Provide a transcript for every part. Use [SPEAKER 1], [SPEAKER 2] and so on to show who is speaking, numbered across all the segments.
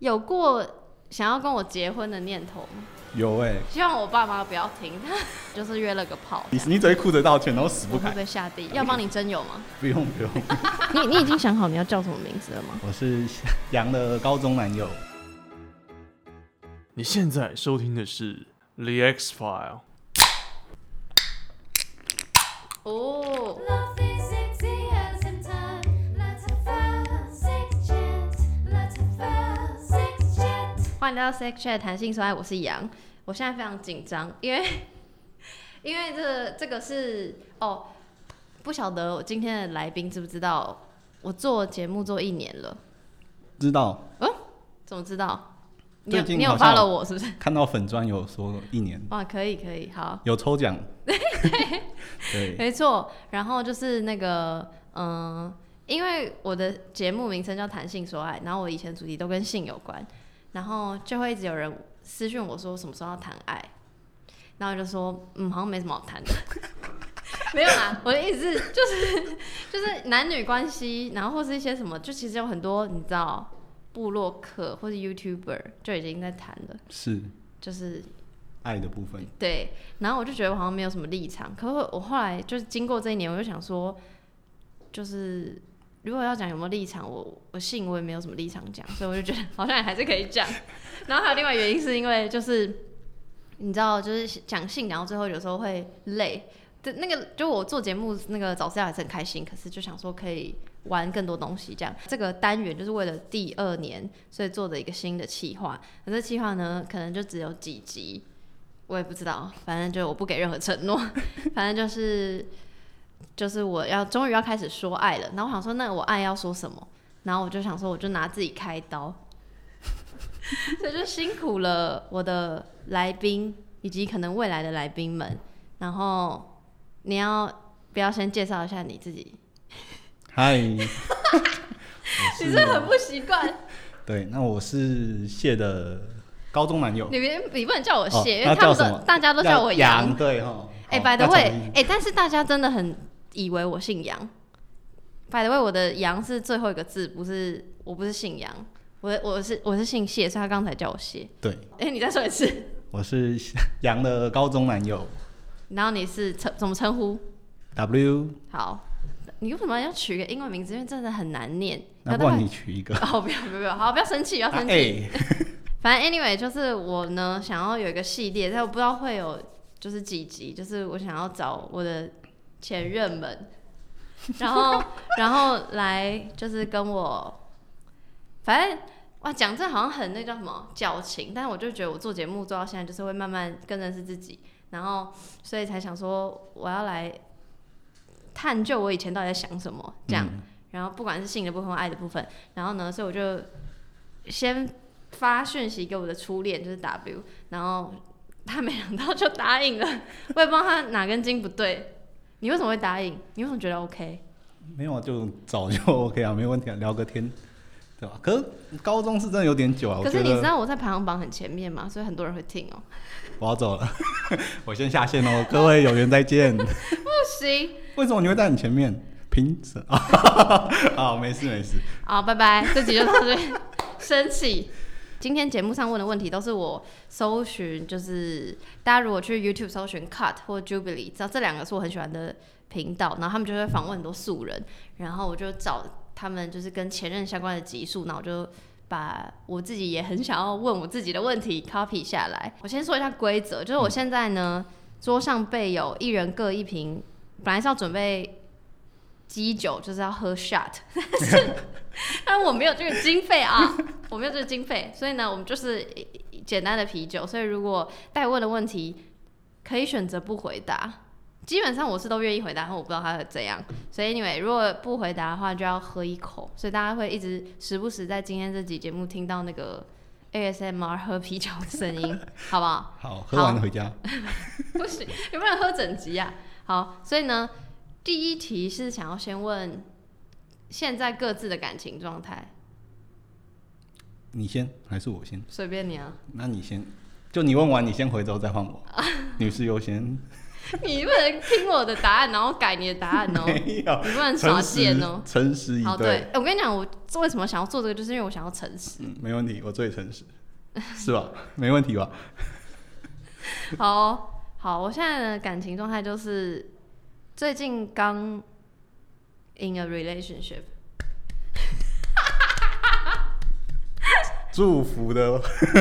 [SPEAKER 1] 有过想要跟我结婚的念头吗？
[SPEAKER 2] 有哎、
[SPEAKER 1] 希望我爸妈不要听， 就是约了个炮，
[SPEAKER 2] 你你只会哭着道歉，然后死
[SPEAKER 1] 我会
[SPEAKER 2] 不改
[SPEAKER 1] 不。会下地？要帮你征友吗？
[SPEAKER 2] 不用不用，
[SPEAKER 1] 你你已经想好你要叫什么名字了吗？
[SPEAKER 2] 我是杨的高中男友。
[SPEAKER 3] 你现在收听的是《The X File》。
[SPEAKER 1] 哦，
[SPEAKER 4] Love is easy as in time. Let's have a six chance. Let's have a six chance.
[SPEAKER 1] 欢迎来到 Sex Chat 谈性说爱，我是杨。我现在非常紧张，因为 因为这这个是哦，不晓得我今天的来宾知不知道，我做节目做一年了，
[SPEAKER 2] 知道
[SPEAKER 1] 怎么知道？你有
[SPEAKER 2] 最近
[SPEAKER 1] 你有
[SPEAKER 2] 好像
[SPEAKER 1] follow 我是不是？
[SPEAKER 2] 看到粉砖有说一年
[SPEAKER 1] 哇，可以可以，好。
[SPEAKER 2] 有 抽奖，对，
[SPEAKER 1] 没错，然后就是那个，嗯、因为我的节目名称叫“谈性说爱”，然后我以前主题都跟性有关，然后就会一直有人私讯我说什么时候要谈爱，然后我就说，嗯，好像没什么好谈的。没有啦，我的意思是就是就是男女关系，然后或是一些什么，就其实有很多你知道，部落客或是 YouTuber 就已经在谈了，
[SPEAKER 2] 是
[SPEAKER 1] 就是
[SPEAKER 2] 爱的部分。
[SPEAKER 1] 对，然后我就觉得我好像没有什么立场。可是我后来就是经过这一年，我就想说，就是如果要讲有没有立场，我我信我也没有什么立场讲，所以我就觉得 好像也还是可以讲。然后还有另外原因是因为就是你知道，就是讲信，然后最后有时候会累。对，那个就我做节目那个早知道还是很开心，可是就想说可以玩更多东西这样。这个单元就是为了第二年，所以做的一个新的企划。可这企划呢，可能就只有几集，我也不知道，反正就我不给任何承诺， 反正就是就是我要终于要开始说爱了。然后我想说，那我爱要说什么？然后我就想说，我就拿自己开刀， 所以就辛苦了我的来宾以及可能未来的来宾们。然后你要不要先介绍一下你自己？
[SPEAKER 2] 嗨，我
[SPEAKER 1] 你是很不习惯，
[SPEAKER 2] 对，那我是谢的高中男友。
[SPEAKER 1] 你别你不能叫我
[SPEAKER 2] 哦
[SPEAKER 1] 谢，因
[SPEAKER 2] 那
[SPEAKER 1] 为他
[SPEAKER 2] 叫
[SPEAKER 1] 们
[SPEAKER 2] 什么
[SPEAKER 1] 都大家都叫我
[SPEAKER 2] 杨，
[SPEAKER 1] 杨。
[SPEAKER 2] 对哦哈。
[SPEAKER 1] 哎、
[SPEAKER 2] 好
[SPEAKER 1] by the
[SPEAKER 2] 要
[SPEAKER 1] way，
[SPEAKER 2] 讲英
[SPEAKER 1] 哎、但是大家真的很以为我姓杨。by the way，我的杨是最后一个字，不是我不是姓杨，我我是我是姓谢，所以他刚才叫我谢。
[SPEAKER 2] 对，
[SPEAKER 1] 哎、你再说一次。
[SPEAKER 2] 我是杨的高中男友
[SPEAKER 1] 然后你是称怎么称呼？
[SPEAKER 2] W，
[SPEAKER 1] 好，你为什么要取一个英文名字？因为真的很难念。
[SPEAKER 2] 那
[SPEAKER 1] 要
[SPEAKER 2] 不
[SPEAKER 1] 不
[SPEAKER 2] 然
[SPEAKER 1] 然
[SPEAKER 2] 你取一个。
[SPEAKER 1] 哦，不要不要不要，好，不要生气，不要
[SPEAKER 2] 啊
[SPEAKER 1] 生气。
[SPEAKER 2] 哎，
[SPEAKER 1] 反正 anyway，就是我呢想要有一个系列，但我不知道会有就是几集，就是我想要找我的前任们，然后 然后来就是跟我，反正哇讲这好像很那叫什么矫情，但是我就觉得我做节目做到现在，就是会慢慢更认识自己，然后所以才想说我要来探究我以前到底在想什么这样。
[SPEAKER 2] 嗯
[SPEAKER 1] 然后不管是性的部分或爱的部分，然后呢，所以我就先发讯息给我的初恋，就是 W，然后他没想到就答应了， 我也不知道他哪根筋不对。你为什么会答应？你为什么觉得 OK？
[SPEAKER 2] 没有啊，就早就 OK 啊，没有问题啊，聊个天，对吧？可是高中是真的有点久啊，我
[SPEAKER 1] 可是
[SPEAKER 2] 觉
[SPEAKER 1] 你知
[SPEAKER 2] 得
[SPEAKER 1] 道我在排行榜很前面嘛，所以很多人会听哦、
[SPEAKER 2] 我要走了， 我先下线喽，各位有缘 再见。
[SPEAKER 1] 不行，
[SPEAKER 2] 为什么你会在你前面？凭什么？ 啊，没事没事，
[SPEAKER 1] 好，拜拜，这集就到这边，生气。今天节目上问的问题都是我搜寻，就是大家如果去 YouTube 搜寻 Cut 或 Jubilee，知道这两个是我很喜欢的频道，然后他们就会访问很多素人，然后我就找他们就是跟前任相关的集数，然后我就把我自己也很想要问我自己的问题 copy 下来。我先说一下规则，就是我现在呢、桌上备有一人各一瓶，本来是要准备基酒，就是要喝 shot，但是 但我没有这个经费啊， 我没有这个经费，所以呢，我们就是一一简单的啤酒。所以如果带问的问题，可以选择不回答。基本上我是都愿意回答，但我不知道他会怎样。所以 anyway，如果不回答的话，就要喝一口。所以大家会一直时不时在今天这集节目听到那个 ASMR 喝啤酒的声音，好不好？
[SPEAKER 2] 好，喝完回家。
[SPEAKER 1] 不行，有没有人喝整集啊？好，所以呢，第一题是想要先问现在各自的感情状态，
[SPEAKER 2] 你先还是我先？
[SPEAKER 1] 随便你啊。
[SPEAKER 2] 那你先，就你问完你先回头再换我，女士优先。
[SPEAKER 1] 你不能听我的答案，然后改你的答 案哦、
[SPEAKER 2] 没有，
[SPEAKER 1] 你不能耍
[SPEAKER 2] 诚
[SPEAKER 1] 贱
[SPEAKER 2] 实
[SPEAKER 1] 哦、，
[SPEAKER 2] 诚实以
[SPEAKER 1] 好，对，
[SPEAKER 2] 对，
[SPEAKER 1] 哎我跟你讲，我做为什么想要做这个，就是因为我想要诚 实。
[SPEAKER 2] 嗯，没问题，我最诚实，是吧？没问题吧？
[SPEAKER 1] 好好，我现在的感情状态就是最近刚 in a relationship，
[SPEAKER 2] 祝福的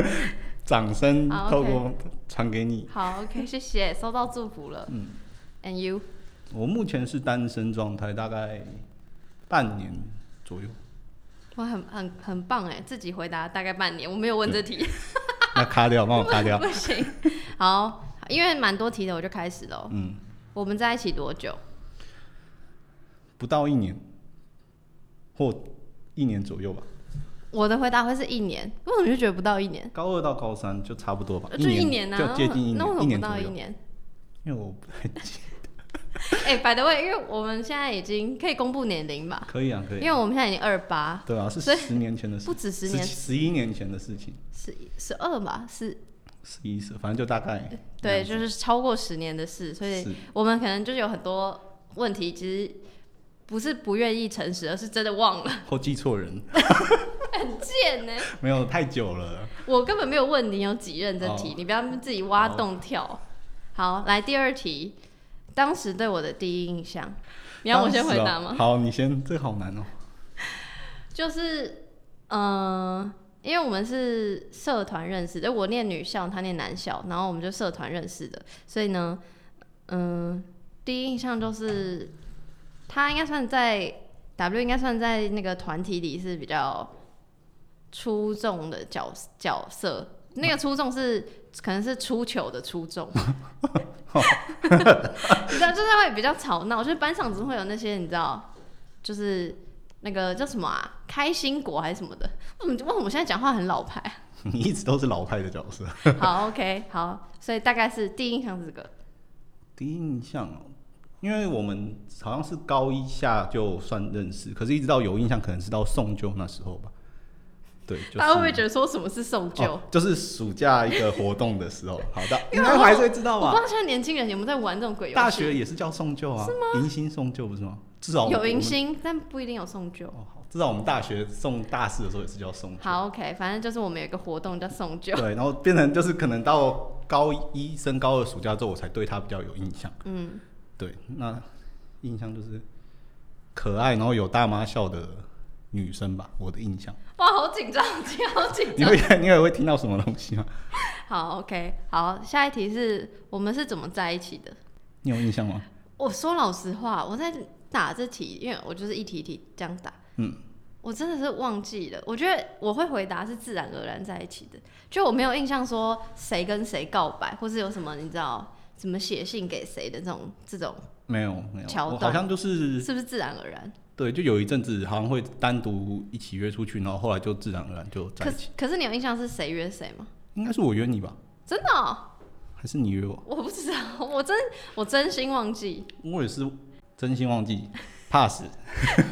[SPEAKER 2] 掌声
[SPEAKER 1] 好
[SPEAKER 2] 透
[SPEAKER 1] OK
[SPEAKER 2] 过传给你。
[SPEAKER 1] 好，OK，谢 谢，收到祝福了。嗯，And you？
[SPEAKER 2] 我目前是单身状态，大概半年左右。
[SPEAKER 1] 哇，很很很棒哎，自己回答大概半年，我没有问这题，
[SPEAKER 2] 那卡掉，帮我卡掉。
[SPEAKER 1] 不行。好，因为蛮多题的，我就开始喽。
[SPEAKER 2] 嗯，
[SPEAKER 1] 我们在一起多久？
[SPEAKER 2] 不到一年，或一年左右吧。
[SPEAKER 1] 我的回答会是一年，为什么就觉得不到一年？
[SPEAKER 2] 高二到高三就差不多吧，
[SPEAKER 1] 哦呃就一
[SPEAKER 2] 年
[SPEAKER 1] 呐、
[SPEAKER 2] 就接近一
[SPEAKER 1] 那为什么
[SPEAKER 2] 年，年
[SPEAKER 1] 不
[SPEAKER 2] 左
[SPEAKER 1] 到一
[SPEAKER 2] 右。
[SPEAKER 1] 年？
[SPEAKER 2] 因为我不太记，
[SPEAKER 1] 哎、百 by the way，因为我们现在已经可以公布年龄吧，
[SPEAKER 2] 可以啊，可
[SPEAKER 1] 因
[SPEAKER 2] 以
[SPEAKER 1] 为
[SPEAKER 2] 啊。
[SPEAKER 1] 我们现在已经二八，
[SPEAKER 2] 对啊，是
[SPEAKER 1] 所以
[SPEAKER 2] 十年前的事，
[SPEAKER 1] 不止十年，
[SPEAKER 2] 十一年前的事情，
[SPEAKER 1] 十十二吧，是
[SPEAKER 2] 十一十，反正就大概
[SPEAKER 1] 对，就是超过十年的事，所以
[SPEAKER 2] 是
[SPEAKER 1] 我们可能就是有很多问题，其实不是不愿意诚实，而是真的忘了，
[SPEAKER 2] 或记错人，
[SPEAKER 1] 很贱呢、欸
[SPEAKER 2] 没有太久了。
[SPEAKER 1] 我根本没有问你有几任这题，
[SPEAKER 2] 哦
[SPEAKER 1] 你不要自己挖洞跳。好，来第二题，当时对我的第一印象，你要我先回答
[SPEAKER 2] 当时哦
[SPEAKER 1] 吗？
[SPEAKER 2] 好，你先，这个好难哦。
[SPEAKER 1] 就是，嗯、因为我们是社团认识的，我念女校，他念男校，然后我们就社团认识的，所以呢，嗯、第一印象就是他应该算在 W 应该算在那个团体里是比较出众的角角色，那个出众是可能是出糗的出众， 你知道就是会比较吵闹，就是班上只会有那些你知道，就是那个叫什么啊，开心果还是什么的，为什么为什么我现在讲话很老牌啊？
[SPEAKER 2] 你一直都是老派的角色。
[SPEAKER 1] 好，OK，好，所以大概是第一印象是这个，
[SPEAKER 2] 第一印象哦，因为我们好像是高一下就算认识，可是一直到有印象，可能是到送旧那时候吧。对，就是、
[SPEAKER 1] 大家会不会觉得说什么是送旧？
[SPEAKER 2] 哦就是暑假一个活动的时候，好的，
[SPEAKER 1] 因
[SPEAKER 2] 应
[SPEAKER 1] 为我
[SPEAKER 2] 该还是会知道
[SPEAKER 1] 我不知
[SPEAKER 2] 吧
[SPEAKER 1] 道？现在年轻人有没有在玩这种鬼游戏，
[SPEAKER 2] 大学也是叫送旧啊，迎新送旧不是吗？至少我们
[SPEAKER 1] 有迎新，但不一定有送旧。
[SPEAKER 2] 哦，好至少我们大学送大四的时候也是叫送旧。啊
[SPEAKER 1] 好，OK，反正就是我们有一个活动叫送旧。
[SPEAKER 2] 对，然后变成就是可能到高一升高二暑假之后，我才对他比较有印象。
[SPEAKER 1] 嗯，
[SPEAKER 2] 对，那印象就是可爱，然后有大妈笑的女生吧，我的印象。
[SPEAKER 1] 哇，好紧张，好紧
[SPEAKER 2] 你
[SPEAKER 1] 张。
[SPEAKER 2] 会 你也会听到什么东西吗？
[SPEAKER 1] 好，OK，好，下一题是我们是怎么在一起的？
[SPEAKER 2] 你有印象吗？
[SPEAKER 1] 我说老实话，我在打这题，因为我就是一题一题这样打。
[SPEAKER 2] 嗯，
[SPEAKER 1] 我真的是忘记了。我觉得我会回答是自然而然在一起的，就我没有印象说谁跟谁告白，或是有什么你知道怎么写信给谁的这种这种，
[SPEAKER 2] 没有没有，
[SPEAKER 1] 桥
[SPEAKER 2] 我好
[SPEAKER 1] 段
[SPEAKER 2] 像就是
[SPEAKER 1] 是不是自然而然？
[SPEAKER 2] 对，就有一阵子好像会单独一起约出去，然后后来就自然而然就在
[SPEAKER 1] 可
[SPEAKER 2] 一
[SPEAKER 1] 是
[SPEAKER 2] 起。
[SPEAKER 1] 可是你有印象是谁约谁吗？
[SPEAKER 2] 应该是我约你吧，
[SPEAKER 1] 真的哦、
[SPEAKER 2] 还是你约我？
[SPEAKER 1] 我不知道，我真我真心忘记，
[SPEAKER 2] 我也是真心忘记，pass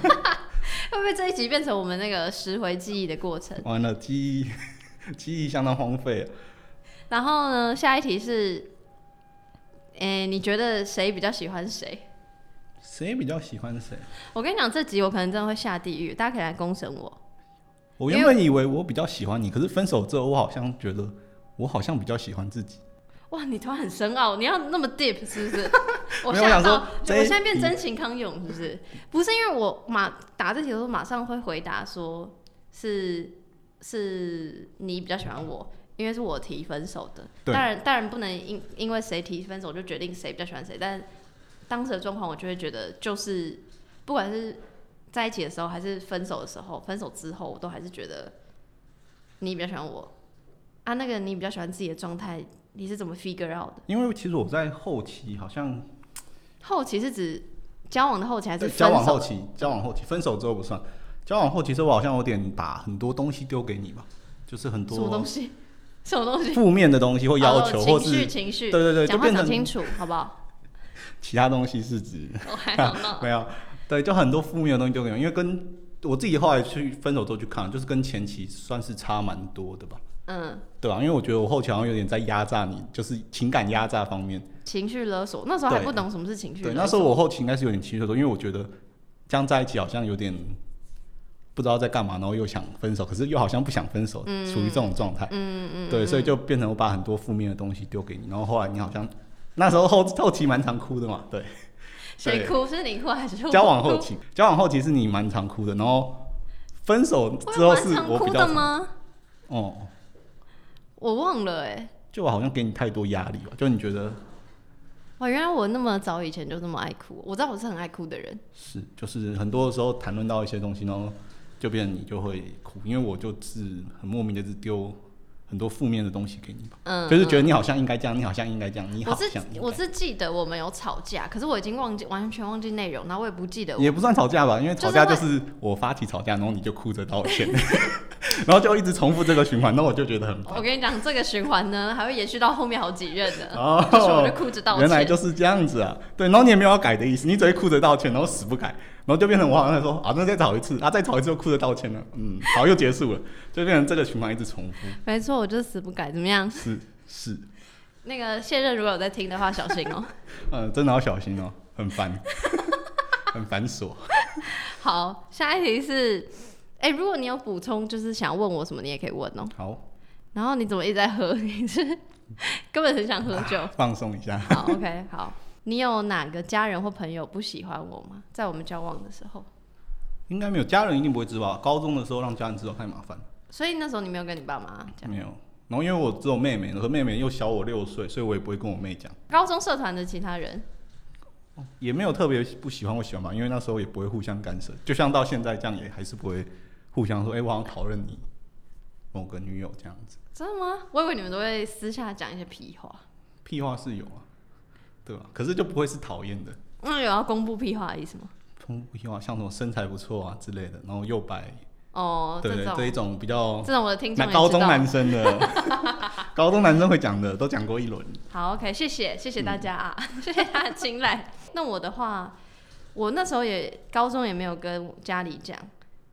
[SPEAKER 1] 会不会这一集变成我们那个拾回记忆的过程？
[SPEAKER 2] 完了，记忆记忆 相当荒废了。啊
[SPEAKER 1] 然后呢，下一题是，诶、你觉得谁比较喜欢谁？
[SPEAKER 2] 谁比较喜欢谁？
[SPEAKER 1] 我跟你讲，这集我可能真的会下地狱，大家可以来公审我。
[SPEAKER 2] 我原本以为我比较喜欢你，可是分手之后，我好像觉得我好像比较喜欢自己。
[SPEAKER 1] 哇，你突然很深奥，你要那么 deep 是 不是？我
[SPEAKER 2] 没有
[SPEAKER 1] 吓
[SPEAKER 2] 我想说
[SPEAKER 1] 到，就
[SPEAKER 2] 这
[SPEAKER 1] 我
[SPEAKER 2] 一
[SPEAKER 1] 现在变真情康永是不是？不是因为我马打这题的时候马上会回答说是是你比较喜欢我，因为是我提分手的。
[SPEAKER 2] 对
[SPEAKER 1] 当然当然不能因因为谁提分手就决定谁比较喜欢谁，但当时的状况我就会觉得就是不管是在一起的时候还是分手的时候，分手之后我都还是觉得你比较喜欢我啊，那个你比较喜欢自己的状态，你是怎么 figure out 的？
[SPEAKER 2] 因为其实我在后期好像
[SPEAKER 1] 后期是指交往的后期还是
[SPEAKER 2] 对
[SPEAKER 1] 分
[SPEAKER 2] 交往
[SPEAKER 1] 手？
[SPEAKER 2] 后期，交往后期分手之后不算，交往后期之后我好像有点把很多东西丢给你吧，就是很
[SPEAKER 1] 什么东
[SPEAKER 2] 多
[SPEAKER 1] 西？ 什么东西？
[SPEAKER 2] 负面的东西或要
[SPEAKER 1] 好
[SPEAKER 2] 求，
[SPEAKER 1] 了
[SPEAKER 2] 或
[SPEAKER 1] 情绪
[SPEAKER 2] 是
[SPEAKER 1] 情绪，
[SPEAKER 2] 对对对，就
[SPEAKER 1] 讲话
[SPEAKER 2] 变
[SPEAKER 1] 讲
[SPEAKER 2] 成
[SPEAKER 1] 清楚好不好？
[SPEAKER 2] 其他东西是指
[SPEAKER 1] 我还好呢。
[SPEAKER 2] 没有，对，就很多负面的东西丢给我，因为跟我自己后来去分手之后去看，就是跟前期算是差蛮多的吧。
[SPEAKER 1] 嗯，
[SPEAKER 2] 对啊吧、因为我觉得我后期好像有点在压榨你，就是情感压榨方面。
[SPEAKER 1] 情绪勒索，那时候还
[SPEAKER 2] 对
[SPEAKER 1] 不懂什么是情绪勒
[SPEAKER 2] 对，
[SPEAKER 1] 索。
[SPEAKER 2] 那时候我后期应该是有点情绪勒索，因为我觉得这样在一起好像有点不知道在干嘛，然后又想分手，可是又好像不想分手，处于这种状态。
[SPEAKER 1] 嗯，嗯嗯，
[SPEAKER 2] 对，所以就变成我把很多负面的东西丢给你，然后后来你好像那时候后后期蛮常哭的嘛，对，
[SPEAKER 1] 谁
[SPEAKER 2] 对
[SPEAKER 1] 哭是你哭还 是我
[SPEAKER 2] 交往后
[SPEAKER 1] 哭
[SPEAKER 2] 期，交往后期是你蛮常哭的，然后分手
[SPEAKER 1] 我
[SPEAKER 2] 之后
[SPEAKER 1] 有
[SPEAKER 2] 是
[SPEAKER 1] 蛮常
[SPEAKER 2] 我比
[SPEAKER 1] 哭
[SPEAKER 2] 较
[SPEAKER 1] 的
[SPEAKER 2] 常
[SPEAKER 1] 吗？
[SPEAKER 2] 哦、
[SPEAKER 1] 我忘了哎、欸，
[SPEAKER 2] 就我好像给你太多压力了，就你觉得
[SPEAKER 1] 哇，原来我那么早以前就那么爱哭，我知道我是很爱哭的人。
[SPEAKER 2] 是，就是很多时候谈论到一些东西，然后就变成你就会哭，因为我就是很莫名的是丢很多负面的东西给你吧，
[SPEAKER 1] 嗯，
[SPEAKER 2] 就是觉得
[SPEAKER 1] 嗯
[SPEAKER 2] 你好像应该这样，你好像应该这样，你好
[SPEAKER 1] 我是
[SPEAKER 2] 像应该
[SPEAKER 1] 我是记得我们有吵架，可是我已经忘记完全忘记内容，然后我也不记得我
[SPEAKER 2] 也不算吵架吧，因为吵架就是我发起吵架，然后你就哭着道歉， 然后就一直重复这个循环，那我就觉得很
[SPEAKER 1] 我
[SPEAKER 2] 烦。
[SPEAKER 1] 跟你讲，这个循环 呢还会延续到后面好几任呢。
[SPEAKER 2] 哦
[SPEAKER 1] 就是我就哭着道歉，
[SPEAKER 2] 原来就是这样子啊，对，然后你也没有要改的意思，你只会哭着道歉，然后死不改，然后就变成我好像在说啊，那再吵一次，啊，再吵一次又哭着道歉了，嗯，好，又结束了，就变成这个循环一直重复，
[SPEAKER 1] 没错，我就是死不改，怎么样？
[SPEAKER 2] 是是，
[SPEAKER 1] 那个现任如果有在听的话，小心 哦、
[SPEAKER 2] 嗯、真的要小心哦，很 烦，很繁琐。
[SPEAKER 1] 好，下一题是，哎、如果你有补充，就是想问我什么，你也可以问哦、
[SPEAKER 2] 好，
[SPEAKER 1] 然后你怎么一直在喝？你 是根本很想喝酒。
[SPEAKER 2] 放松一下。
[SPEAKER 1] 好，OK，好。你有哪个家人或朋友不喜欢我吗？在我们交往的时候，
[SPEAKER 2] 应该没有，家人一定不会知道。啊高中的时候让家人知道太麻烦了。
[SPEAKER 1] 所以那时候你没有跟你爸妈讲。
[SPEAKER 2] 没有。然后因为我只有妹妹，和妹妹又小我六岁，所以我也不会跟我妹讲，
[SPEAKER 1] 高中社团的其他人，
[SPEAKER 2] 也没有特别不喜欢或喜欢吧，因为那时候也不会互相干涉，就像到现在这样，也还是不会互相说，哎、我好像讨论你某个女友这样子，
[SPEAKER 1] 真的吗？我以为你们都会私下讲一些屁话。
[SPEAKER 2] 屁话是有啊，对吧、可是就不会是讨厌的，
[SPEAKER 1] 那有要公布屁话的意思吗？
[SPEAKER 2] 通屁话像什么身材不错啊之类的，然后又白，
[SPEAKER 1] 哦，
[SPEAKER 2] 对
[SPEAKER 1] 这
[SPEAKER 2] 对，
[SPEAKER 1] 种
[SPEAKER 2] 这一种比较
[SPEAKER 1] 这种我的听众也知道
[SPEAKER 2] 高中男生的， 高中男生会讲的，都讲过一轮，
[SPEAKER 1] 好，OK，谢谢，谢谢大家啊， 谢谢大家的青睐。那我的话，我那时候也高中也没有跟家里讲，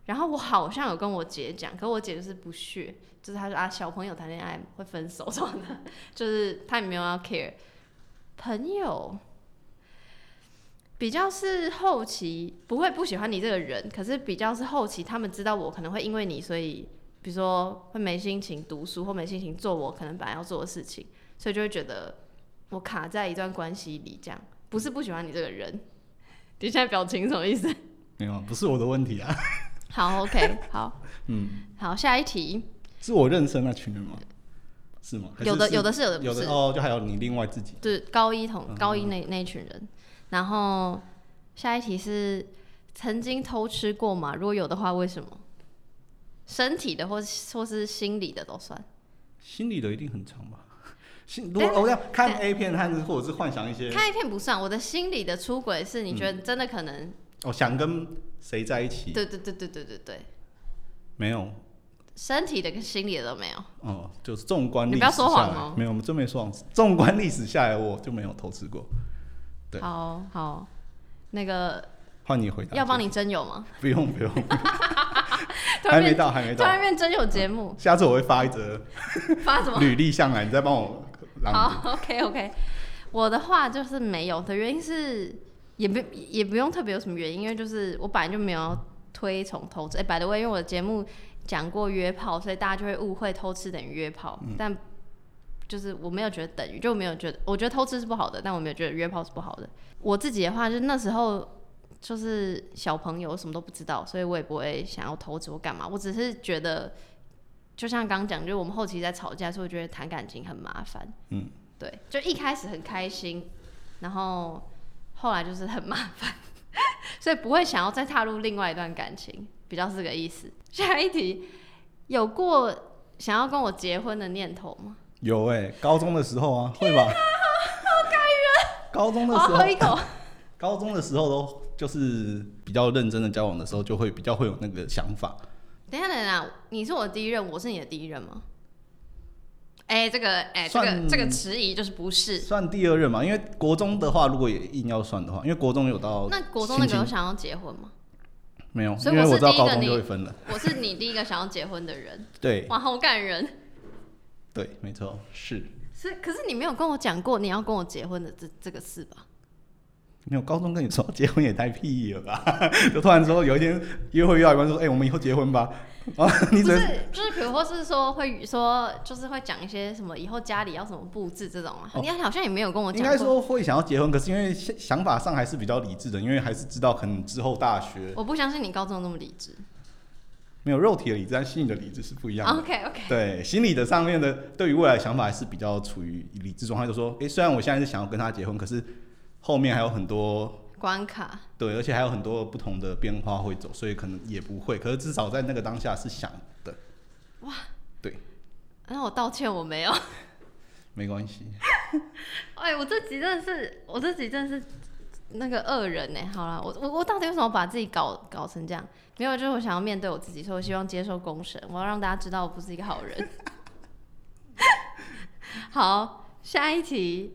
[SPEAKER 1] 然后我好像有跟我姐讲，可我姐就是不屑，就是她说啊，小朋友谈恋爱会分手什么的， 就是她也没有要 care。朋友比较是后期不会不喜欢你这个人，可是比较是后期他们知道我可能会因为你，所以比如说会没心情读书或没心情做我可能本来要做的事情。所以就会觉得我卡在一段关系里，这样不是不喜欢你这个人。你现在表情什么意思？
[SPEAKER 2] 没有啊，不是我的问题啊，
[SPEAKER 1] 好，OK，好，
[SPEAKER 2] 嗯，
[SPEAKER 1] 好，下一题，
[SPEAKER 2] 是我认识那群人吗？是吗？还是
[SPEAKER 1] 有的
[SPEAKER 2] 是
[SPEAKER 1] 有的是，有的不
[SPEAKER 2] 有
[SPEAKER 1] 是，
[SPEAKER 2] 的哦，嗯就还有你另外自己
[SPEAKER 1] 就是高一同高一那那一群人。然后下一题是曾经偷吃过吗？如果有的话，为什么？身体的或是或是心理的都算。
[SPEAKER 2] 心理的一定很长 吧？心如果我要看 A 片和或者是幻想一些
[SPEAKER 1] 看一片不算，我的心理的出轨是你
[SPEAKER 2] 嗯
[SPEAKER 1] 觉得真的可能，
[SPEAKER 2] 哦，想跟谁在一起？
[SPEAKER 1] 对对对对对对对，
[SPEAKER 2] 没有
[SPEAKER 1] 身体的跟心理的都没有。
[SPEAKER 2] 哦，就是纵观历
[SPEAKER 1] 你
[SPEAKER 2] 史
[SPEAKER 1] 不要说
[SPEAKER 2] 下
[SPEAKER 1] 谎
[SPEAKER 2] 来
[SPEAKER 1] 哦
[SPEAKER 2] 没有，我们真没说谎。纵观历史下来，我就没有投资过。对
[SPEAKER 1] 好好，那个
[SPEAKER 2] 换你回答，
[SPEAKER 1] 要帮你征友吗？
[SPEAKER 2] 不用 不用，
[SPEAKER 1] 突
[SPEAKER 2] 还
[SPEAKER 1] 然
[SPEAKER 2] 没
[SPEAKER 1] 变
[SPEAKER 2] 到还没
[SPEAKER 1] 突然
[SPEAKER 2] 到，
[SPEAKER 1] 变征友节目，
[SPEAKER 2] 下次我会发一则
[SPEAKER 1] 发什么？
[SPEAKER 2] 履历上来，你再帮我朗
[SPEAKER 1] 好，OK OK。我的话就是没有的原因是，也不也不用特别有什么原因，因为就是我本来就没有推崇偷吃。哎、百 by the way，因为我的节目讲过约炮，所以大家就会误会偷吃等于约炮，但就是我没有觉得等于，就没有觉得，我觉得偷吃是不好的，但我没有觉得约炮是不好的。我自己的话，就是那时候就是小朋友什么都不知道，所以我也不会想要偷吃或干嘛，我只是觉得。就像刚讲，就是我们后期在吵架，所以我觉得谈感情很麻烦。对，就一开始很开心，然后后来就是很麻烦， 所以不会想要再踏入另外一段感情，比较是这个意思。下一题，有过想要跟我结婚的念头吗？
[SPEAKER 2] 读。有哎、高中的时候啊，会 吧？好感人。高中
[SPEAKER 1] 我
[SPEAKER 2] 的
[SPEAKER 1] 要
[SPEAKER 2] 时候
[SPEAKER 1] 哦喝一口。
[SPEAKER 2] 高中的时候都就是比较认真的交往的时候，就会比较会有那个想法。
[SPEAKER 1] 等一下，等一下，你是我的第一任，我是你的第一任吗？哎、这个，哎、这个，
[SPEAKER 2] 算
[SPEAKER 1] 这个迟疑就是不是？
[SPEAKER 2] 算第二任嘛，因为国中的话，如果也硬要算的话，因为国中有到
[SPEAKER 1] 那国中那个
[SPEAKER 2] 亲
[SPEAKER 1] 有
[SPEAKER 2] 亲
[SPEAKER 1] 想要结婚吗？
[SPEAKER 2] 没有，
[SPEAKER 1] 所以
[SPEAKER 2] 因为
[SPEAKER 1] 我是
[SPEAKER 2] 知道
[SPEAKER 1] 第一个
[SPEAKER 2] 高中
[SPEAKER 1] 你
[SPEAKER 2] 就会分了。
[SPEAKER 1] 我是你第一个想要结婚的人，
[SPEAKER 2] 对，
[SPEAKER 1] 哇，好感人！
[SPEAKER 2] 对，没错，是
[SPEAKER 1] 是，可是你没有跟我讲过你要跟我结婚的这这个事吧？
[SPEAKER 2] 没有高中跟你说结婚也太屁了吧？ 就突然说有一天约会约到一半说，哎、我们以后结婚吧。 啊，你
[SPEAKER 1] 不
[SPEAKER 2] 只能
[SPEAKER 1] 是，就是比如或是说会说，就是会讲一些什么以后家里要什么布置这种啊。
[SPEAKER 2] 哦
[SPEAKER 1] 你好像也没有跟我
[SPEAKER 2] 应
[SPEAKER 1] 讲
[SPEAKER 2] 该
[SPEAKER 1] 过。
[SPEAKER 2] 说会想要结婚，可是因为想想法上还是比较理智的，因为还是知道可能之后大学
[SPEAKER 1] 我不相信你高中那么理智。
[SPEAKER 2] 没有肉体的理智，但心理的理智是不一样的。
[SPEAKER 1] OK OK，
[SPEAKER 2] 对，心理的上面的对于未来的想法还是比较处于理智状态，就说，诶，虽然我现在是想要跟他结婚，可是后面还有很多
[SPEAKER 1] 关卡
[SPEAKER 2] 对，而且还有很多不同的变化会走，所以可能也不会。可是至少在那个当下是想的，
[SPEAKER 1] 那我道歉，我没有。
[SPEAKER 2] 没关系。
[SPEAKER 1] 哎，我这集真的是，我这集真的是那个恶人呢。好了，我我我到底为什么把自己搞搞成这样？没有，就是我想要面对我自己，所以我希望接受公审，我要让大家知道我不是一个好人。 好，下一题，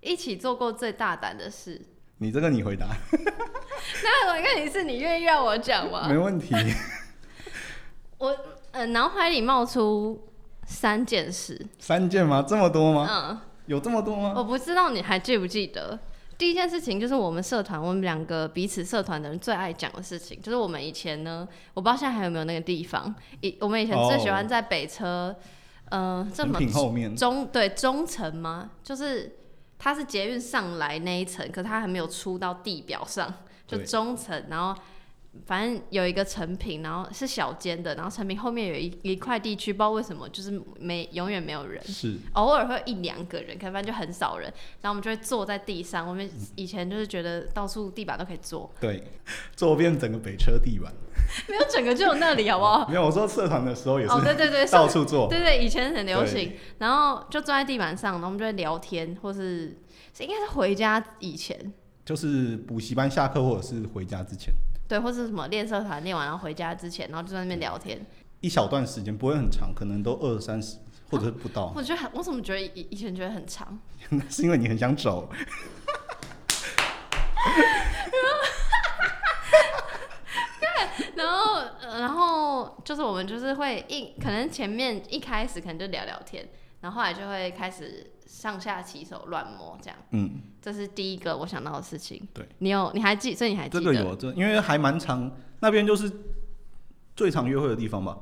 [SPEAKER 1] 一起做过最大胆的事。
[SPEAKER 2] 你这个你回答
[SPEAKER 1] 那我看你是你愿意让我讲吗？
[SPEAKER 2] 没问题。
[SPEAKER 1] 我呃，脑海里冒出三件事。
[SPEAKER 2] 三件吗？这么多吗？
[SPEAKER 1] 嗯，哦
[SPEAKER 2] 有这么多吗？
[SPEAKER 1] 我不知道你还记不记得。第一件事情就是我们社团，我们两个彼此社团的人最爱讲的事情，就是我们以前呢，我不知道现在还有没有那个地方，以我们以前最喜欢在北车，呃，这
[SPEAKER 2] 成
[SPEAKER 1] 么
[SPEAKER 2] 品后面
[SPEAKER 1] 中对中层吗？就是它是捷运上来那一层，可它还没有出到地表上，就
[SPEAKER 2] 对
[SPEAKER 1] 中层，然后反正有一个成品，然后是小间的，然后成品后面有一一块地区，不知道为什么就是没永远没有人，
[SPEAKER 2] 是
[SPEAKER 1] 偶尔会有一两个人，可能反正就很少人，然后我们就会坐在地上。我们以前就是觉得到处地板都可以 坐，
[SPEAKER 2] 对，坐遍整个北车地板。
[SPEAKER 1] 没有整个就有那里，好不好？
[SPEAKER 2] 没有，我说社团的时候也是
[SPEAKER 1] 哦，对对对，
[SPEAKER 2] 到
[SPEAKER 1] 是
[SPEAKER 2] 处坐。
[SPEAKER 1] 对对，以前很流
[SPEAKER 2] 对
[SPEAKER 1] 行，然后就坐在地板上，然后我们就会聊天，或是是应该是回家以前，
[SPEAKER 2] 就是补习班下课或者是回家之前
[SPEAKER 1] 对，或是什么练社团练完然后回家之前，然后就在那
[SPEAKER 2] 嗯
[SPEAKER 1] 边聊天。
[SPEAKER 2] 一小段时间，不会很长，可能都二三十或者是不到，
[SPEAKER 1] 我觉得很，我怎么觉得以以前觉得很长？
[SPEAKER 2] 是因为你很想走。
[SPEAKER 1] 然后，呃然后就是我们就是会一可能前面一开始可能就聊聊天，然后后来就会开始上下其手乱摸这样，
[SPEAKER 2] 嗯，
[SPEAKER 1] 这是第一个我想到的事情。
[SPEAKER 2] 对，
[SPEAKER 1] 你有你还记，所以你还记
[SPEAKER 2] 这
[SPEAKER 1] 得？
[SPEAKER 2] 个有，这因为还蛮长，那边就是最常约会的地方吧，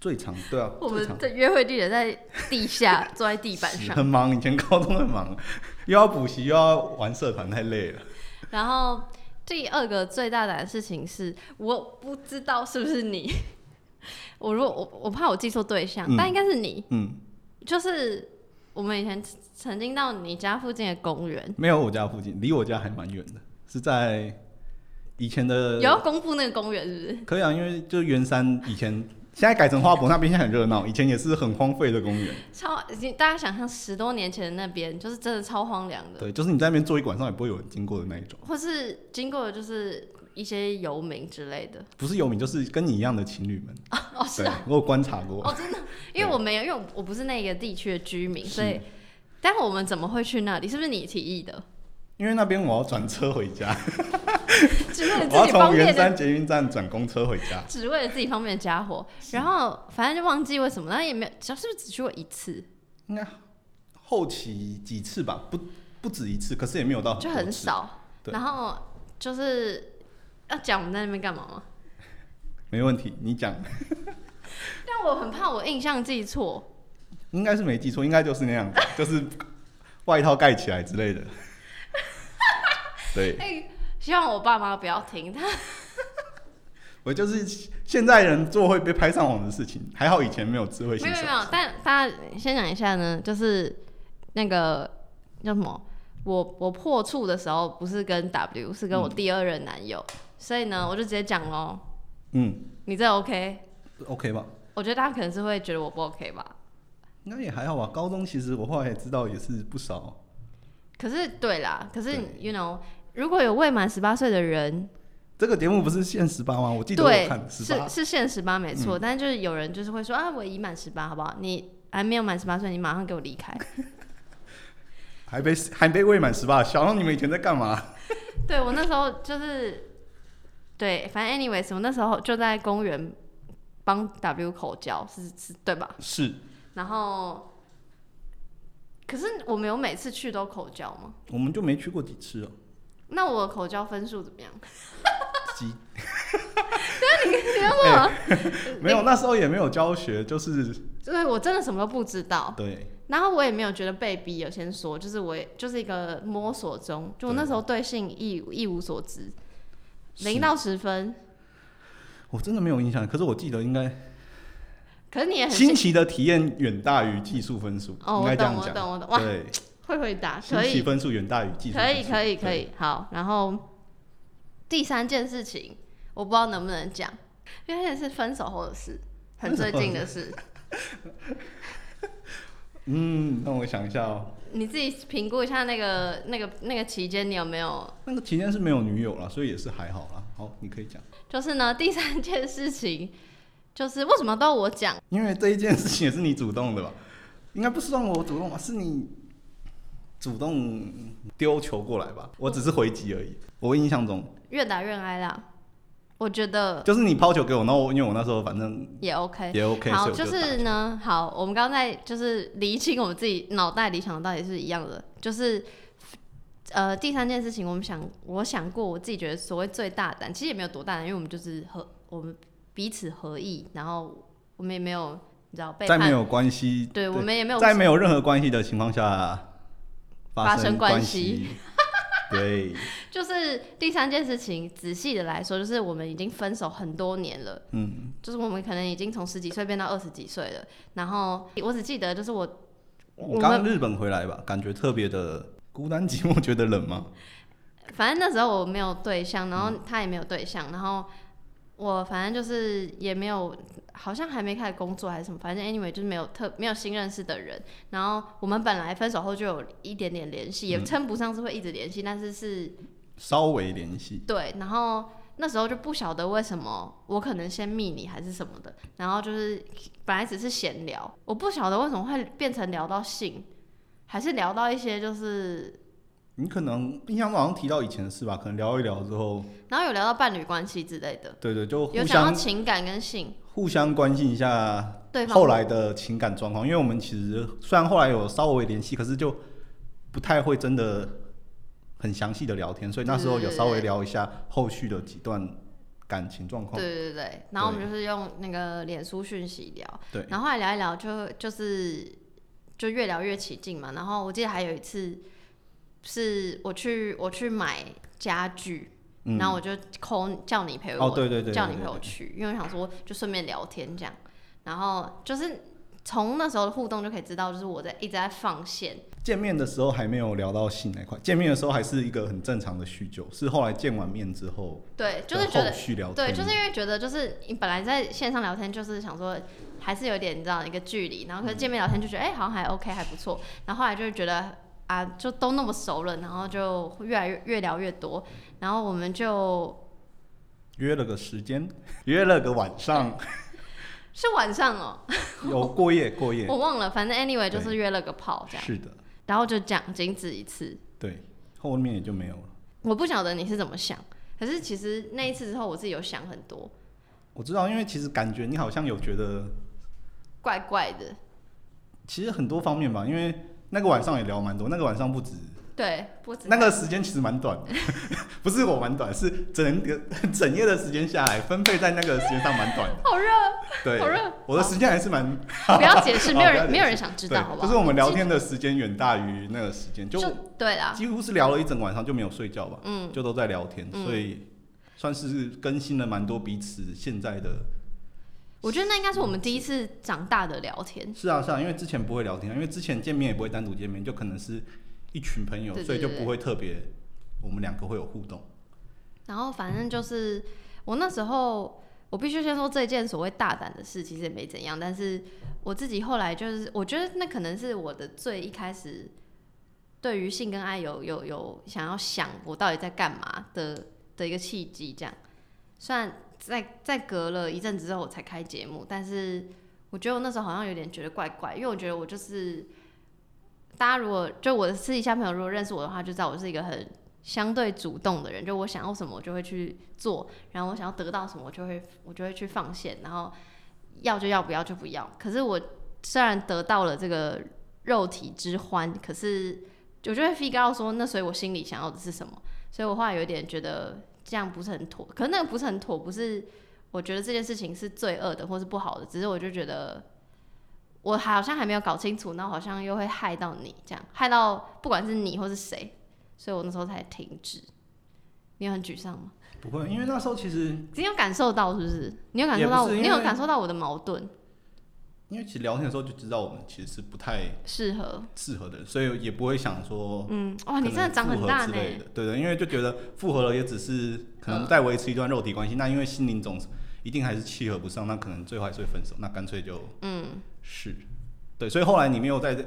[SPEAKER 2] 最长对啊，
[SPEAKER 1] 我
[SPEAKER 2] 最
[SPEAKER 1] 们
[SPEAKER 2] 长
[SPEAKER 1] 的约会地点在地下，坐在地板
[SPEAKER 2] 是
[SPEAKER 1] 上
[SPEAKER 2] 很，忙，以前高中很忙， 又要补习又要玩社团，太累了。
[SPEAKER 1] 然后第二个最大胆的事情是，我不知道是不是你。我如果我我怕我记错对象，
[SPEAKER 2] 嗯
[SPEAKER 1] 但应该是你。
[SPEAKER 2] 嗯，
[SPEAKER 1] 就是我们以前曾经到你家附近的公园，
[SPEAKER 2] 没有我家附近，离我家还蛮远的，是在以前的
[SPEAKER 1] 有要公布那个公园是不是？
[SPEAKER 2] 可以啊，因为就圆山以前现在改成花博那边现在很热闹，以前也是很荒废的公园。
[SPEAKER 1] 超已经大家想象十多年前的那边，就是真的超荒凉的，
[SPEAKER 2] 对，就是你在那边坐一晚上也不会有人经过的那一种，
[SPEAKER 1] 或是经过的就是一些游民之类的。
[SPEAKER 2] 不是游民就是跟你一样的情侣们。
[SPEAKER 1] 哦，是
[SPEAKER 2] 对
[SPEAKER 1] 啊，，
[SPEAKER 2] 我有观察过。
[SPEAKER 1] 哦，真的，因为我没有，因为我我不是那个地区的居民，所以，但我们怎么会去那里？是不是你提议 的？
[SPEAKER 2] 因为那边我要转车回家，
[SPEAKER 1] 只为了
[SPEAKER 2] 我要
[SPEAKER 1] 自己方
[SPEAKER 2] 从圆
[SPEAKER 1] 便的
[SPEAKER 2] 山捷运站转公车回家。
[SPEAKER 1] 只为了自己方便的家伙，然后反正就忘记为什么，但也没有，是不是只去过一次，
[SPEAKER 2] 应该后期几次吧，不不止一次，可是也没有到
[SPEAKER 1] 就
[SPEAKER 2] 哦多
[SPEAKER 1] 很
[SPEAKER 2] 次。
[SPEAKER 1] 少。
[SPEAKER 2] 对
[SPEAKER 1] 然后就是要讲我们在那边干嘛吗？
[SPEAKER 2] 没问题，你讲
[SPEAKER 1] 但我很怕我印象记错，
[SPEAKER 2] 应该是没记错，应该就是 那样子，就是外套盖起来之类的。对。
[SPEAKER 1] 哎希望我爸妈不要 听他。
[SPEAKER 2] 我就是现在人做会被拍上网的事情，还好以前没有智慧
[SPEAKER 1] 没
[SPEAKER 2] 型
[SPEAKER 1] 有
[SPEAKER 2] 手
[SPEAKER 1] 没
[SPEAKER 2] 机。
[SPEAKER 1] 有，但大家先讲一下呢，就是那个叫什么，我我破处的时候不是跟 W，是跟我第二任男友，所以呢，我就直接讲喽，
[SPEAKER 2] 嗯
[SPEAKER 1] 你这 OK？
[SPEAKER 2] ，OK 吧？
[SPEAKER 1] 我觉得大家可能是会觉得我不 OK 吧。
[SPEAKER 2] 应该也还好吧。高中其实我后来也知道也是不少，
[SPEAKER 1] 可是对啦，可是
[SPEAKER 2] 对
[SPEAKER 1] you know，如果有未满十八岁的人，
[SPEAKER 2] 这个节目不是限十八吗？我记得我有
[SPEAKER 1] 对
[SPEAKER 2] 看，十
[SPEAKER 1] 是
[SPEAKER 2] 八，嗯
[SPEAKER 1] 是限十八没错，但是就是有人就是会说啊，我已满十八，好不好？你还没有满十八岁，你马上给我离开。
[SPEAKER 2] 还被还被未满十八。小龙，你们以前在干嘛？
[SPEAKER 1] 对我那时候就是，对，反正 anyways，我那时候就在公园帮 W 口交，是是对吧？
[SPEAKER 2] 是
[SPEAKER 1] 然后，可是我们有每次去都口交吗？
[SPEAKER 2] 我们就没去过几次哦，
[SPEAKER 1] 那我的口交分数怎么样？
[SPEAKER 2] 几
[SPEAKER 1] 你要问我，
[SPEAKER 2] 没有，那时候也没有教学，就是
[SPEAKER 1] 对我真的什么都不知道，
[SPEAKER 2] 对，
[SPEAKER 1] 然后我也没有觉得被逼。有先说，就是我也就是一个摸索中，就我那时候对性一一无所知，零
[SPEAKER 2] 是
[SPEAKER 1] 到十分。
[SPEAKER 2] 我真的没有印象，可是我记得应该
[SPEAKER 1] 可是你也很
[SPEAKER 2] 新奇的体验远大于技术分数，
[SPEAKER 1] 哦，
[SPEAKER 2] 应
[SPEAKER 1] 我
[SPEAKER 2] 该这
[SPEAKER 1] 懂，
[SPEAKER 2] 样
[SPEAKER 1] 我懂，
[SPEAKER 2] 讲，
[SPEAKER 1] 我懂，哇，
[SPEAKER 2] 对，
[SPEAKER 1] 会回答，
[SPEAKER 2] 新
[SPEAKER 1] 可以
[SPEAKER 2] 奇，分数远大于技术
[SPEAKER 1] 可
[SPEAKER 2] 分
[SPEAKER 1] 以，
[SPEAKER 2] 数，
[SPEAKER 1] 可以，可
[SPEAKER 2] 对
[SPEAKER 1] 以，好。然后第三件事情，我不知道能不能讲，因为也是分手后的事，很最近的事。
[SPEAKER 2] 嗯，让我想一下哦，
[SPEAKER 1] 你自己评估一下那个、那个、那个期间，你有没有？
[SPEAKER 2] 那个期间是没有女友啦，所以也是还好啦。好，你可以讲，
[SPEAKER 1] 就是呢，第三件事情就是为什么都我讲？
[SPEAKER 2] 因为这一件事情也是你主动的吧？应该不算我主动吧，是你主动丢球过来吧？我只是回击而已。我印象中
[SPEAKER 1] 越打越挨啦。我觉得
[SPEAKER 2] 就是你抛球给我，然后我因为我那时候反正
[SPEAKER 1] 也 OK。
[SPEAKER 2] 也 OK，所
[SPEAKER 1] 好，
[SPEAKER 2] 以我
[SPEAKER 1] 就是呢，好，我们刚才就是厘清我们自己脑袋里想的到底是一样的，就是呃，第三件事情，我们想，我想过，我自己觉得所谓最大胆，其实也没有多大胆，因为我们就是和我们彼此合意，然后我们也没有你知道背
[SPEAKER 2] 在没
[SPEAKER 1] 叛，
[SPEAKER 2] 有关系，
[SPEAKER 1] 对我们也没有
[SPEAKER 2] 在没有任何关系的情况下
[SPEAKER 1] 发生
[SPEAKER 2] 生
[SPEAKER 1] 关
[SPEAKER 2] 关
[SPEAKER 1] 系
[SPEAKER 2] 系， 对，
[SPEAKER 1] 就是第三件事情，仔细的来说，就是我们已经分手很多年了，
[SPEAKER 2] 嗯，
[SPEAKER 1] 就是我们可能已经从十几岁变到二十几岁了。然后我只记得，就是我我
[SPEAKER 2] 我刚
[SPEAKER 1] 们
[SPEAKER 2] 日本回来吧，感觉特别的孤单寂寞，觉得冷吗？
[SPEAKER 1] 反正那时候我没有对象，然后他也没有对象，然后我反正就是也没有，好像还没开始工作还是什么，反正 anyway 就是没有特没有新认识的人。然后我们本来分手后就有一点点联系，也称不上是会一直联系，但是是
[SPEAKER 2] 稍微联系，
[SPEAKER 1] 对，然后那时候就不晓得为什么我可能先密你还是什么的，然后就是本来只是闲聊，我不晓得为什么会变成聊到性，还是聊到一些就是，
[SPEAKER 2] 你可能印象中好像提到以前的事吧，可能聊一聊之后，
[SPEAKER 1] 然后有聊到伴侣关系之类的，
[SPEAKER 2] 对对，就
[SPEAKER 1] 有
[SPEAKER 2] 互
[SPEAKER 1] 讲到
[SPEAKER 2] 相
[SPEAKER 1] 情感跟性，
[SPEAKER 2] 互相关心一下
[SPEAKER 1] 对方
[SPEAKER 2] 后来的情感状况，因为我们其实虽然后来有稍微联系，可是就不太会真的很详细的聊天，所以那时候有稍微聊一下后续的几段感情状况
[SPEAKER 1] 对。对对，然后我们就是用那个脸书讯息聊，
[SPEAKER 2] 对
[SPEAKER 1] 然后后来聊一聊就就是就越聊越起劲嘛。然后我记得还有一次是我去我去买家具，
[SPEAKER 2] 嗯
[SPEAKER 1] 然后我就 call 叫你陪我，
[SPEAKER 2] 哦，对对对，
[SPEAKER 1] 叫
[SPEAKER 2] 对
[SPEAKER 1] 你陪我
[SPEAKER 2] 对
[SPEAKER 1] 去，因为我想说就顺便聊天这样。然后就是从那时候的互动就可以知道，就是我在一直在放线，
[SPEAKER 2] 见面的时候还没有聊到性那块，见面的时候还是一个很正常的叙旧，是后来见完面之后
[SPEAKER 1] 对，就
[SPEAKER 2] 的
[SPEAKER 1] 是觉得
[SPEAKER 2] 后续聊
[SPEAKER 1] 对，
[SPEAKER 2] 天，
[SPEAKER 1] 就是因为觉得就是你本来在线上聊天，就是想说还是有点你知道一个距离，然后可是见面聊天就觉得哎、好像还 OK 还不错，然后后来就觉得啊就都那么熟了，然后就越来越越聊越多，然后我们就
[SPEAKER 2] 约了个时间， 约了个晚 上，
[SPEAKER 1] 是晚上哦、
[SPEAKER 2] 有过夜过夜，
[SPEAKER 1] 我忘了，反正 anyway 就是
[SPEAKER 2] 对
[SPEAKER 1] 约了个炮哦这样，
[SPEAKER 2] 是的，
[SPEAKER 1] 然后就讲仅此一次，
[SPEAKER 2] 对，后面也就没有了。
[SPEAKER 1] 我不晓得你是怎么想，可是其实那一次之后我自己有想很多
[SPEAKER 2] 我知道，因为其实感觉你好像有觉得，
[SPEAKER 1] 怪怪的，
[SPEAKER 2] 其实很多方面吧，因为那个晚上也聊蛮多，那个晚上不止，
[SPEAKER 1] 对，不知
[SPEAKER 2] 那个时间其实蛮短的， 不是我蛮短，是整个 整夜的时间下来分配在那个时间上蛮短的。
[SPEAKER 1] 好热，
[SPEAKER 2] 对
[SPEAKER 1] 好热，
[SPEAKER 2] 我的时间还是蛮，
[SPEAKER 1] 不要解释，没有
[SPEAKER 2] 好不要
[SPEAKER 1] 人
[SPEAKER 2] 解
[SPEAKER 1] 没有人想知
[SPEAKER 2] 对
[SPEAKER 1] 道，好不好？
[SPEAKER 2] 就是我们聊天的时间远大于那个时间，就
[SPEAKER 1] 就对啦，
[SPEAKER 2] 几乎是聊了一整晚上就没有睡觉吧，
[SPEAKER 1] 嗯，
[SPEAKER 2] 就都在聊天，
[SPEAKER 1] 嗯
[SPEAKER 2] 所以算是更新了蛮多彼此现在的。
[SPEAKER 1] 我觉得那应该是我们第一次长大的聊天，
[SPEAKER 2] 是啊，是啊，因为之前不会聊天啊，因为之前见面也不会单独见面，就可能是一群朋友，
[SPEAKER 1] 对对
[SPEAKER 2] 所以就
[SPEAKER 1] 对
[SPEAKER 2] 不会特别我们两个会有互动。
[SPEAKER 1] 然后反正就是我那时候，我必须先说这件所谓大胆的事，其实也没怎样，但是我自己后来就是，我觉得那可能是我的最一开始对于性跟爱有有有想要想我到底在干嘛的的一个契机，这样。虽然在在隔了一阵子之后我才开节目，但是我觉得我那时候好像有点觉得怪怪，因为我觉得我就是。大家如果就我的私底下朋友如果认识我的话，就知道我是一个很相对主动的人，就我想要什么我就会去做，然后我想要得到什么我就会我就会去放线，然后要就要，不要就不要。可是我虽然得到了这个肉体之欢，可是我就会 figure out 说，那所以我心里想要的是什么？所以我后来有点觉得这样不是很妥，可是那个不是很妥，不是我觉得这件事情是罪恶的或是不好的，只是我就觉得我好像还没有搞清楚，然后好像又会害到你，这样害到不管是你或是谁，所以我那时候才停止。你有很沮丧吗？
[SPEAKER 2] 不会，因为那时候其实
[SPEAKER 1] 你有感受到是不是？你有感受到
[SPEAKER 2] 也
[SPEAKER 1] 我，
[SPEAKER 2] 不是因
[SPEAKER 1] 你
[SPEAKER 2] 为
[SPEAKER 1] 有感受到我的矛盾
[SPEAKER 2] 因为其实聊天的时候就知道我们其实是不太
[SPEAKER 1] 适合？
[SPEAKER 2] 适合的人，所以也不会想说
[SPEAKER 1] 嗯，哇，
[SPEAKER 2] 可
[SPEAKER 1] 你
[SPEAKER 2] 能
[SPEAKER 1] 真的长
[SPEAKER 2] 复
[SPEAKER 1] 很
[SPEAKER 2] 合
[SPEAKER 1] 大
[SPEAKER 2] 之
[SPEAKER 1] 呢。
[SPEAKER 2] 类的，对对，因为就觉得复合了也只是可能
[SPEAKER 1] 嗯
[SPEAKER 2] 再维持一段肉体关系，那因为心灵总是一定还是契合不上，那可能最后还是会分手，那干脆就
[SPEAKER 1] 嗯，
[SPEAKER 2] 是，对，所以后来你没有在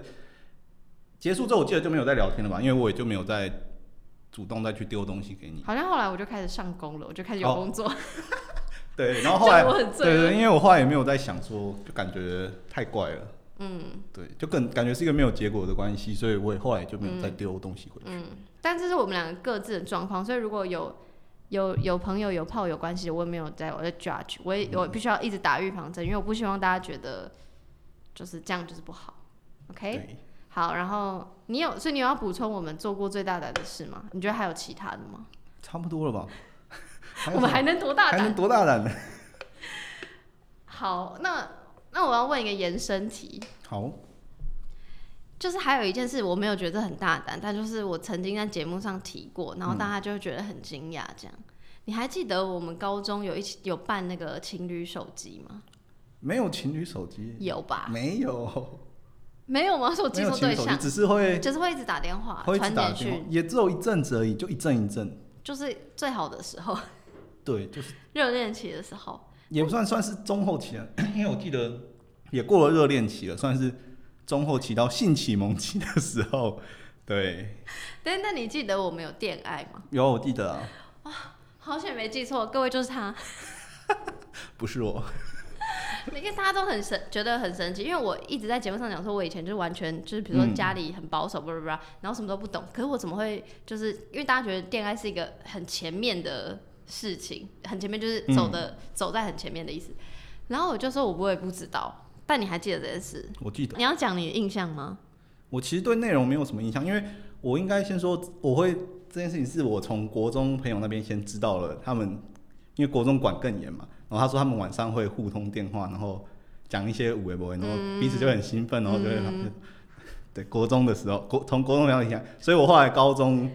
[SPEAKER 2] 结束之后，我记得就没有再聊天了吧，因为我也就没有再主动再去丢东西给你，
[SPEAKER 1] 好像后来我就开始上工了，我就开始有
[SPEAKER 2] 哦
[SPEAKER 1] 工作，
[SPEAKER 2] 对，然后后来
[SPEAKER 1] 这样我很罪恶
[SPEAKER 2] 对对，因为我后来也没有在想说，就感觉太怪了。嗯，对，就更感觉是一个没有结果的关系，所以我也后来就没
[SPEAKER 1] 嗯
[SPEAKER 2] 有再丢东西回去。
[SPEAKER 1] 但这是我们两个各自的状况，所以如果有有有朋友有炮友关系的，我也没有在我在 judge，我也我必须要一直打预防针，因为我不希望大家觉得就是这样就是不好。OK，
[SPEAKER 2] 对，
[SPEAKER 1] 好，然后你有，所以你有要补充我们做过最大胆的事吗？你觉得还有其他的吗？
[SPEAKER 2] 差不多了 吧？有
[SPEAKER 1] 我们
[SPEAKER 2] 什么
[SPEAKER 1] 还能多大
[SPEAKER 2] 还
[SPEAKER 1] 胆
[SPEAKER 2] 能？多大胆呢？
[SPEAKER 1] 好，那那我要问一个延伸题，
[SPEAKER 2] 好，
[SPEAKER 1] 就是还有一件事我没有觉得很大胆，但就是我曾经在节目上提过，然后大家就会觉得很惊讶。这样，你还记得我们高中有一起有办那个情侣手机吗？
[SPEAKER 2] 没有情侣手机，
[SPEAKER 1] 有吧？
[SPEAKER 2] 没有，
[SPEAKER 1] 没有吗？是我
[SPEAKER 2] 没
[SPEAKER 1] 记
[SPEAKER 2] 有
[SPEAKER 1] 错
[SPEAKER 2] 情
[SPEAKER 1] 对
[SPEAKER 2] 侣手机，
[SPEAKER 1] 象，
[SPEAKER 2] 只是会
[SPEAKER 1] 就是会一直打电话、
[SPEAKER 2] 会一直
[SPEAKER 1] 传
[SPEAKER 2] 打
[SPEAKER 1] 简
[SPEAKER 2] 电话
[SPEAKER 1] 讯，，
[SPEAKER 2] 也只有一阵子而已，就一阵一阵。
[SPEAKER 1] 就是最好的时候，
[SPEAKER 2] 对，就是
[SPEAKER 1] 热恋期的时候。
[SPEAKER 2] 也不算算是中后期了，因为我记得也过了热恋期了，算是中后期到性启蒙期的时候。对，
[SPEAKER 1] 但但你记得我们有恋爱吗？
[SPEAKER 2] 有我记得啊，
[SPEAKER 1] 好险没记错，各位就是他。
[SPEAKER 2] 不是我，
[SPEAKER 1] 因为大家都很神，觉得很神奇，因为我一直在节目上讲说，我以前就是完全就是，比如说
[SPEAKER 2] 嗯
[SPEAKER 1] 家里很保守，不不不，然后什么都不懂。可是我怎么会就是因为大家觉得恋爱是一个很前面的事情，很前面就是
[SPEAKER 2] 嗯
[SPEAKER 1] 走的、走在很前面的意思。然后我就说我不会不知道，但你还记得这件事？
[SPEAKER 2] 我记得
[SPEAKER 1] 你要讲你的印象吗？
[SPEAKER 2] 我其实对内容没有什么印象，因为我应该先说，我会这件事情是我从国中朋友那边先知道了，他们因为国中管更严嘛，然后他说他们晚上会互通电话，然后讲一些五维博，然后彼此就很兴奋，然后就会很、对国中的时候，国从国中聊起来，所以我后来高中，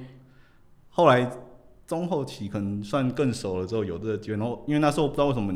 [SPEAKER 2] 后来中后期可能算更熟了之后有这个机会，然后因为那时候不知道为什么，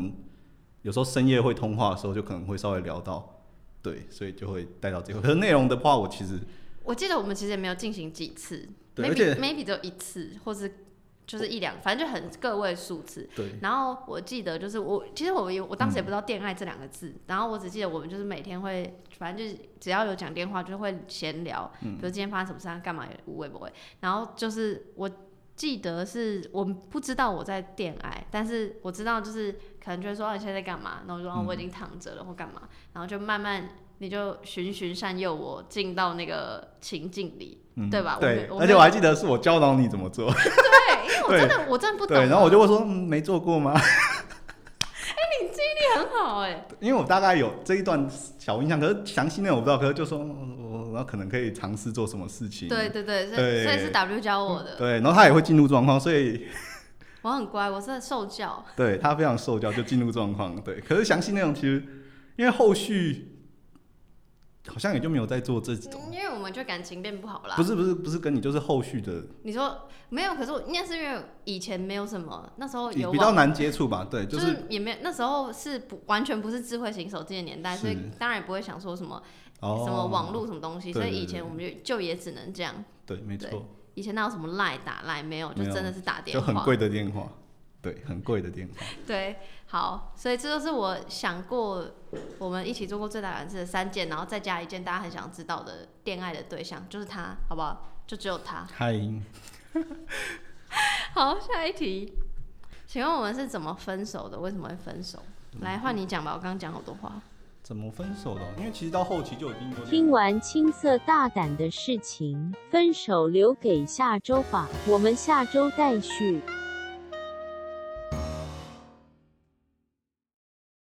[SPEAKER 2] 有时候深夜会通话的时候就可能会稍微聊到。对，所以就会带到这个。可是内容的话，我其实
[SPEAKER 1] 我记得我们其实也没有进行几次
[SPEAKER 2] 对而
[SPEAKER 1] ，maybe
[SPEAKER 2] 且
[SPEAKER 1] maybe 只有一次，或是就是一两，反正就很个位数次。
[SPEAKER 2] 对，
[SPEAKER 1] 然后我记得就是我，其实我有我当时也不知道“恋爱”这两个字，然后我只记得我们就是每天会，反正就是只要有讲电话，就会闲聊，
[SPEAKER 2] 嗯
[SPEAKER 1] 比如今天发生什么事啊，干嘛无微不微。然后就是我记得是我不知道我在恋爱，但是我知道就是可能就会说、啊、你现在在干嘛，然后我就说、哦我已经躺着了或干嘛，然后就慢慢你就循循善诱我进到那个情境里，
[SPEAKER 2] 嗯
[SPEAKER 1] 对吧？我
[SPEAKER 2] 对
[SPEAKER 1] 没，我
[SPEAKER 2] 而
[SPEAKER 1] 没
[SPEAKER 2] 且
[SPEAKER 1] 有
[SPEAKER 2] 我还记得是我教导你怎么做，
[SPEAKER 1] 对，因为我真的我真的不懂啊，
[SPEAKER 2] 对，然后我就会说、嗯、没做过吗？
[SPEAKER 1] 你很好哎、
[SPEAKER 2] 因为我大概有这一段小印象，可是详细内容我不知道，可是就说我我可能可以尝试做什么事情，
[SPEAKER 1] 对对对，所以
[SPEAKER 2] 对
[SPEAKER 1] 所以是 W 教我的，
[SPEAKER 2] 对，然后他也会进入状况，所以
[SPEAKER 1] 我很乖，我是受教。
[SPEAKER 2] 对他非常受教，就进入状况，对，可是详细内容其实因为后续好像也就没有再做这种，
[SPEAKER 1] 因为我们就感情变不好啦
[SPEAKER 2] 不。是不是不是跟你，就是后续的
[SPEAKER 1] 你说没有，可是我应该是因为以前没有什么，那时候哦有
[SPEAKER 2] 比较
[SPEAKER 1] 网，
[SPEAKER 2] 难接触吧，对，
[SPEAKER 1] 就
[SPEAKER 2] 就是
[SPEAKER 1] 是也没有，那时候是不完全不是智慧型手机的年代，
[SPEAKER 2] 是
[SPEAKER 1] 所以当然也不会想说什么、
[SPEAKER 2] 哦
[SPEAKER 1] 什么网，络什么东西，
[SPEAKER 2] 对
[SPEAKER 1] 所以
[SPEAKER 2] 对
[SPEAKER 1] 以前我们就就也只能这样。
[SPEAKER 2] 哦对，没
[SPEAKER 1] 对
[SPEAKER 2] 错，
[SPEAKER 1] 以前哪有什么赖打赖没有，就
[SPEAKER 2] 没有
[SPEAKER 1] 真的是打电
[SPEAKER 2] 就
[SPEAKER 1] 话，
[SPEAKER 2] 很贵的电话，对，很贵的电话。
[SPEAKER 1] 对，好，所以这就是我想过我们一起做过最大胆的事的三件，然后再加一件大家很想知道的恋爱的对象，就是他，好不好？就只有他。
[SPEAKER 2] 嗨，
[SPEAKER 1] 好，下一题，请问我们是怎么分手的？为什么会分手？来，换你讲吧，我刚刚讲好多话。
[SPEAKER 2] 怎么分手的？因为其实到后期就已经有点
[SPEAKER 5] 听完青涩大胆的事情，分手留给下周吧，我们下周待续。